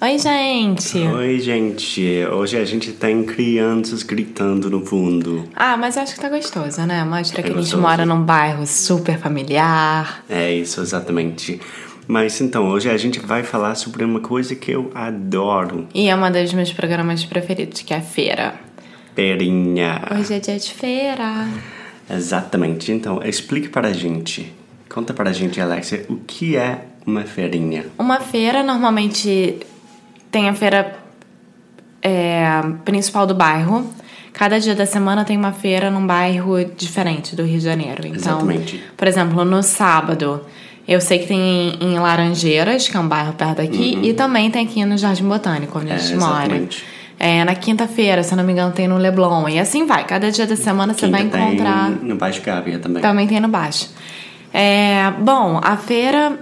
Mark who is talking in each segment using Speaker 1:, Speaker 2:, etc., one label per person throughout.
Speaker 1: Oi, gente!
Speaker 2: Oi, gente. Hoje a gente tem crianças gritando no fundo.
Speaker 1: Ah, mas acho que tá gostoso, né? Mostra que
Speaker 2: É
Speaker 1: a gente
Speaker 2: gostoso.
Speaker 1: mora num bairro super familiar.
Speaker 2: É isso, exatamente. Mas então, hoje a gente vai falar sobre uma coisa que eu adoro:
Speaker 1: E é um dos meus programas preferidos, que é a feira.
Speaker 2: perinha.
Speaker 1: Hoje é dia de feira.
Speaker 2: Exatamente. Então, explique para a gente. Conta para a gente, Alexia, o que é uma feirinha?
Speaker 1: Uma feira normalmente tem a feira é, principal do bairro. Cada dia da semana tem uma feira num bairro diferente do Rio de Janeiro. Então,
Speaker 2: Exatamente.
Speaker 1: por exemplo, no sábado, eu sei que tem em Laranjeiras, que é um bairro perto daqui, e também tem aqui no Jardim Botânico, onde a
Speaker 2: Uhum. É,
Speaker 1: gente mora.
Speaker 2: exatamente.
Speaker 1: É, na quinta-feira, se eu não me engano, tem no Leblon. E assim vai. Cada dia da semana você vai
Speaker 2: Quinta tem
Speaker 1: encontrar.
Speaker 2: No Baixo Gávea também.
Speaker 1: Também tem no baixo. É, bom, a feira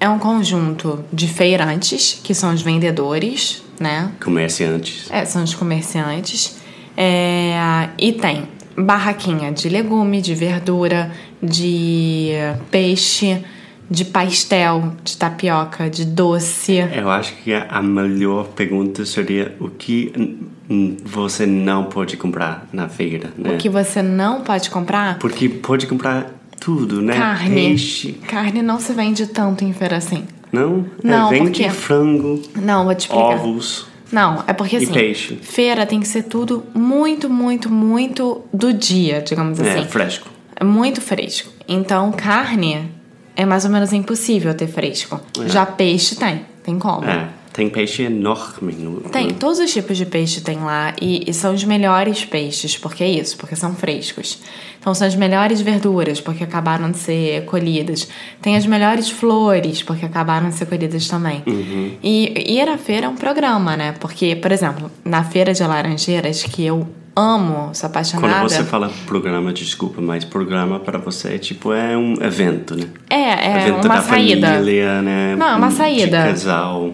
Speaker 1: é um conjunto de feirantes, que são os vendedores, né?
Speaker 2: Comerciantes.
Speaker 1: É, são os comerciantes. É, e tem barraquinha de legume, de verdura, de peixe, de pastel, de tapioca, de doce.
Speaker 2: Eu acho que a melhor pergunta seria o que hum, hum, você não pode comprar na feira, né?
Speaker 1: O que você não pode comprar?
Speaker 2: Porque pode comprar tudo, né?
Speaker 1: Carne.
Speaker 2: Peixe.
Speaker 1: Carne não se vende tanto em feira assim.
Speaker 2: Não?
Speaker 1: Não,
Speaker 2: é,
Speaker 1: por
Speaker 2: vende
Speaker 1: quê?
Speaker 2: frango,
Speaker 1: Não, vou te explicar.
Speaker 2: ovos.
Speaker 1: Não, é porque assim.
Speaker 2: peixe.
Speaker 1: Feira tem que ser tudo muito, muito, muito do dia, digamos
Speaker 2: É,
Speaker 1: assim.
Speaker 2: fresco.
Speaker 1: É muito fresco. Então, carne é mais ou menos impossível ter fresco. Já peixe tem, tem como.
Speaker 2: É, tem peixe enorme. No,
Speaker 1: Tem,
Speaker 2: no-
Speaker 1: todos os tipos de peixe tem lá e, e são os melhores peixes, porque é isso, porque são frescos. Então são as melhores verduras, porque acabaram de ser colhidas. Tem as melhores flores, porque acabaram de ser colhidas também.
Speaker 2: Uhum.
Speaker 1: E e ir à feira é um programa, né? Porque, por exemplo, na feira de Laranjeiras, que eu amo, sou
Speaker 2: Quando
Speaker 1: apaixonada.
Speaker 2: você fala programa, desculpa, mas programa para você é tipo, é um evento, né?
Speaker 1: É, é
Speaker 2: evento
Speaker 1: uma
Speaker 2: da
Speaker 1: saída.
Speaker 2: família, né?
Speaker 1: Não, é uma
Speaker 2: De
Speaker 1: saída.
Speaker 2: casal.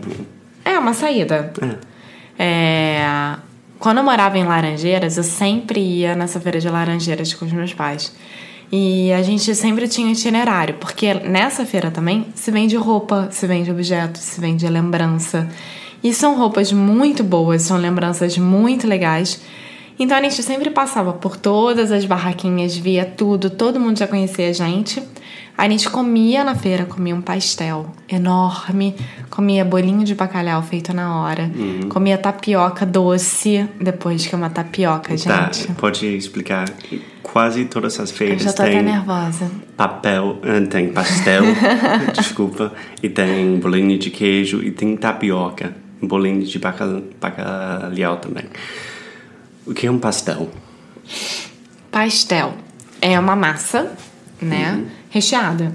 Speaker 1: É uma saída. É, Quando eu morava em Laranjeiras, eu sempre ia nessa feira de Laranjeiras com os meus pais. E a gente sempre tinha um itinerário, porque nessa feira também se vende roupa, se vende objeto, se vende lembrança. E são roupas muito boas, são lembranças muito legais. Então a gente sempre passava por todas as barraquinhas, via tudo, todo mundo já conhecia a gente. A gente comia na feira, comia um pastel enorme, comia bolinho de bacalhau feito na hora,
Speaker 2: Uhum.
Speaker 1: comia tapioca doce, depois que é uma tapioca,
Speaker 2: Tá,
Speaker 1: gente.
Speaker 2: pode explicar. Quase todas as
Speaker 1: Eu
Speaker 2: feiras
Speaker 1: já tô até
Speaker 2: têm
Speaker 1: nervosa.
Speaker 2: papel, eh, tem pastel, desculpa, e tem bolinho de queijo e tem tapioca, bolinho de bacal- bacalhau também. O que é um pastel?
Speaker 1: Pastel é uma massa, né? Recheada.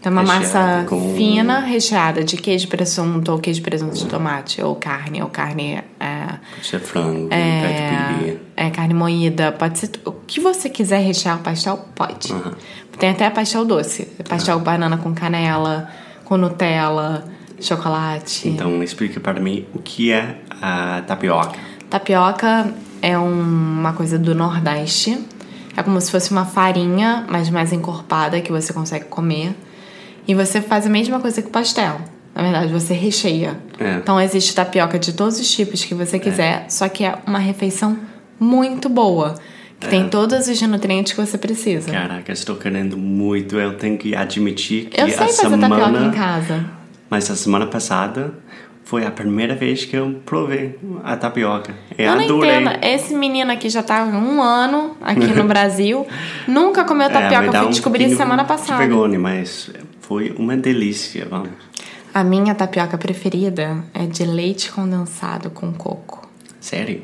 Speaker 1: Então, uma
Speaker 2: Uhum. Recheada
Speaker 1: massa
Speaker 2: com-
Speaker 1: fina, recheada de queijo, presunto, ou queijo, presunto de tomate, ou carne, ou carne. é,
Speaker 2: Pode ser frango,
Speaker 1: É,
Speaker 2: catupiry.
Speaker 1: é carne moída, pode ser o que você quiser rechear o pastel, pode. Tem até pastel doce, pastel banana com canela, com Nutella, chocolate.
Speaker 2: Então explica para mim o que é a tapioca.
Speaker 1: Tapioca é um- uma coisa do Nordeste. É como se fosse uma farinha, mas mais encorpada, que você consegue comer. E você faz a mesma coisa que o pastel. Na verdade, você recheia.
Speaker 2: É.
Speaker 1: Então existe tapioca de todos os tipos que você quiser, só que é uma refeição muito boa. Que
Speaker 2: É.
Speaker 1: tem todos os nutrientes que você precisa.
Speaker 2: Caraca, estou querendo muito. Eu tenho que admitir que
Speaker 1: Eu sei
Speaker 2: a
Speaker 1: fazer
Speaker 2: semana
Speaker 1: tapioca em casa.
Speaker 2: Mas a semana passada Foi a primeira vez que eu provei a tapioca. Eu,
Speaker 1: Eu não
Speaker 2: adorei.
Speaker 1: entendo. Esse menino aqui já tá há um ano aqui no Brasil. Nunca comeu
Speaker 2: É, vai
Speaker 1: tapioca.
Speaker 2: dar
Speaker 1: Eu
Speaker 2: um
Speaker 1: fui descobrir
Speaker 2: pouquinho
Speaker 1: semana
Speaker 2: de
Speaker 1: passada.
Speaker 2: vergonha, mas foi uma delícia, vamos.
Speaker 1: A minha tapioca preferida é de leite condensado com coco.
Speaker 2: Sério.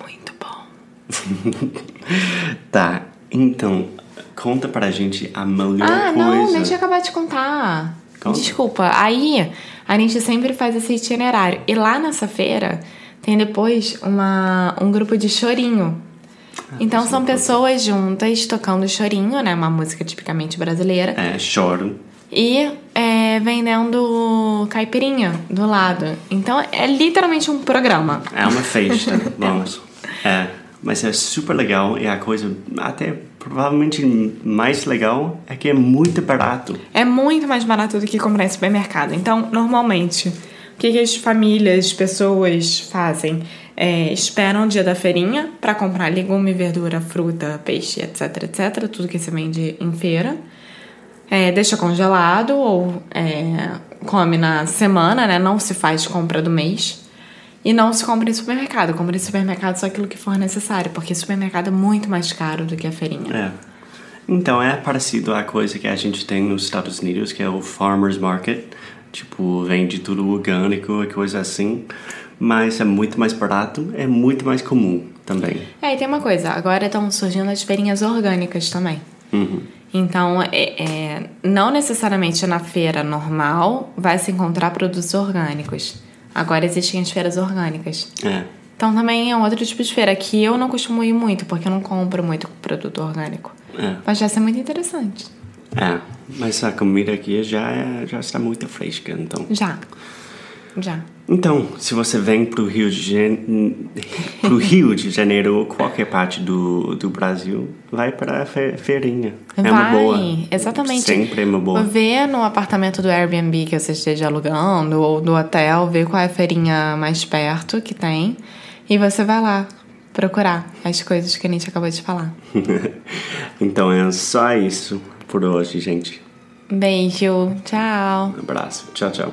Speaker 1: Muito bom.
Speaker 2: Tá, então, conta pra gente a melhor
Speaker 1: ah, não,
Speaker 2: coisa.
Speaker 1: nem tinha acabado de contar.
Speaker 2: Conta.
Speaker 1: Desculpa. Aí, a gente sempre faz esse itinerário. E lá nessa feira, tem depois uma, um grupo de chorinho. Então, são pessoas juntas tocando chorinho, né? Uma música tipicamente brasileira.
Speaker 2: É, choro.
Speaker 1: E é, vendendo caipirinha do lado. Então é literalmente um programa.
Speaker 2: É uma festa, vamos. É, mas é super legal e a coisa até provavelmente mais legal é que é muito barato.
Speaker 1: É muito mais barato do que comprar em supermercado. Então, normalmente, o que, que as famílias, pessoas fazem? É, esperam o dia da feirinha para comprar legume, verdura, fruta, peixe, etc, etc. Tudo que se vende em feira. É, deixa congelado ou é, come na semana, né? Não se faz compra do mês. E não se compra em supermercado. Compra em supermercado só aquilo que for necessário, porque supermercado é muito mais caro do que a feirinha.
Speaker 2: É. Então é parecido à coisa que a gente tem nos Estados Unidos, que é o farmers market, tipo vende tudo orgânico e coisa assim, mas é muito mais barato, é muito mais comum também.
Speaker 1: É, e tem uma coisa, agora estão surgindo as feirinhas orgânicas também. Então, é, é, não necessariamente na feira normal vai se encontrar produtos orgânicos. Agora existem as feiras orgânicas.
Speaker 2: É.
Speaker 1: Então também é um outro tipo de feira que eu não costumo ir muito, porque eu não compro muito produto orgânico.
Speaker 2: É.
Speaker 1: Mas vai ser muito interessante.
Speaker 2: É, mas a comida aqui já, é- já está muito fresca, então.
Speaker 1: Já. Já.
Speaker 2: Então, se você vem pro Rio de, Jane... pro Rio de Janeiro ou qualquer parte do, do Brasil, vai para a fe- feirinha. É uma
Speaker 1: vai,
Speaker 2: boa.
Speaker 1: exatamente.
Speaker 2: Sempre é uma boa.
Speaker 1: Vê no apartamento do Airbnb que você esteja alugando ou do hotel, vê qual é a feirinha mais perto que tem e você vai lá procurar as coisas que a gente acabou de falar.
Speaker 2: então é só isso por hoje, gente.
Speaker 1: Beijo, tchau.
Speaker 2: Um abraço. Tchau, tchau.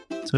Speaker 3: So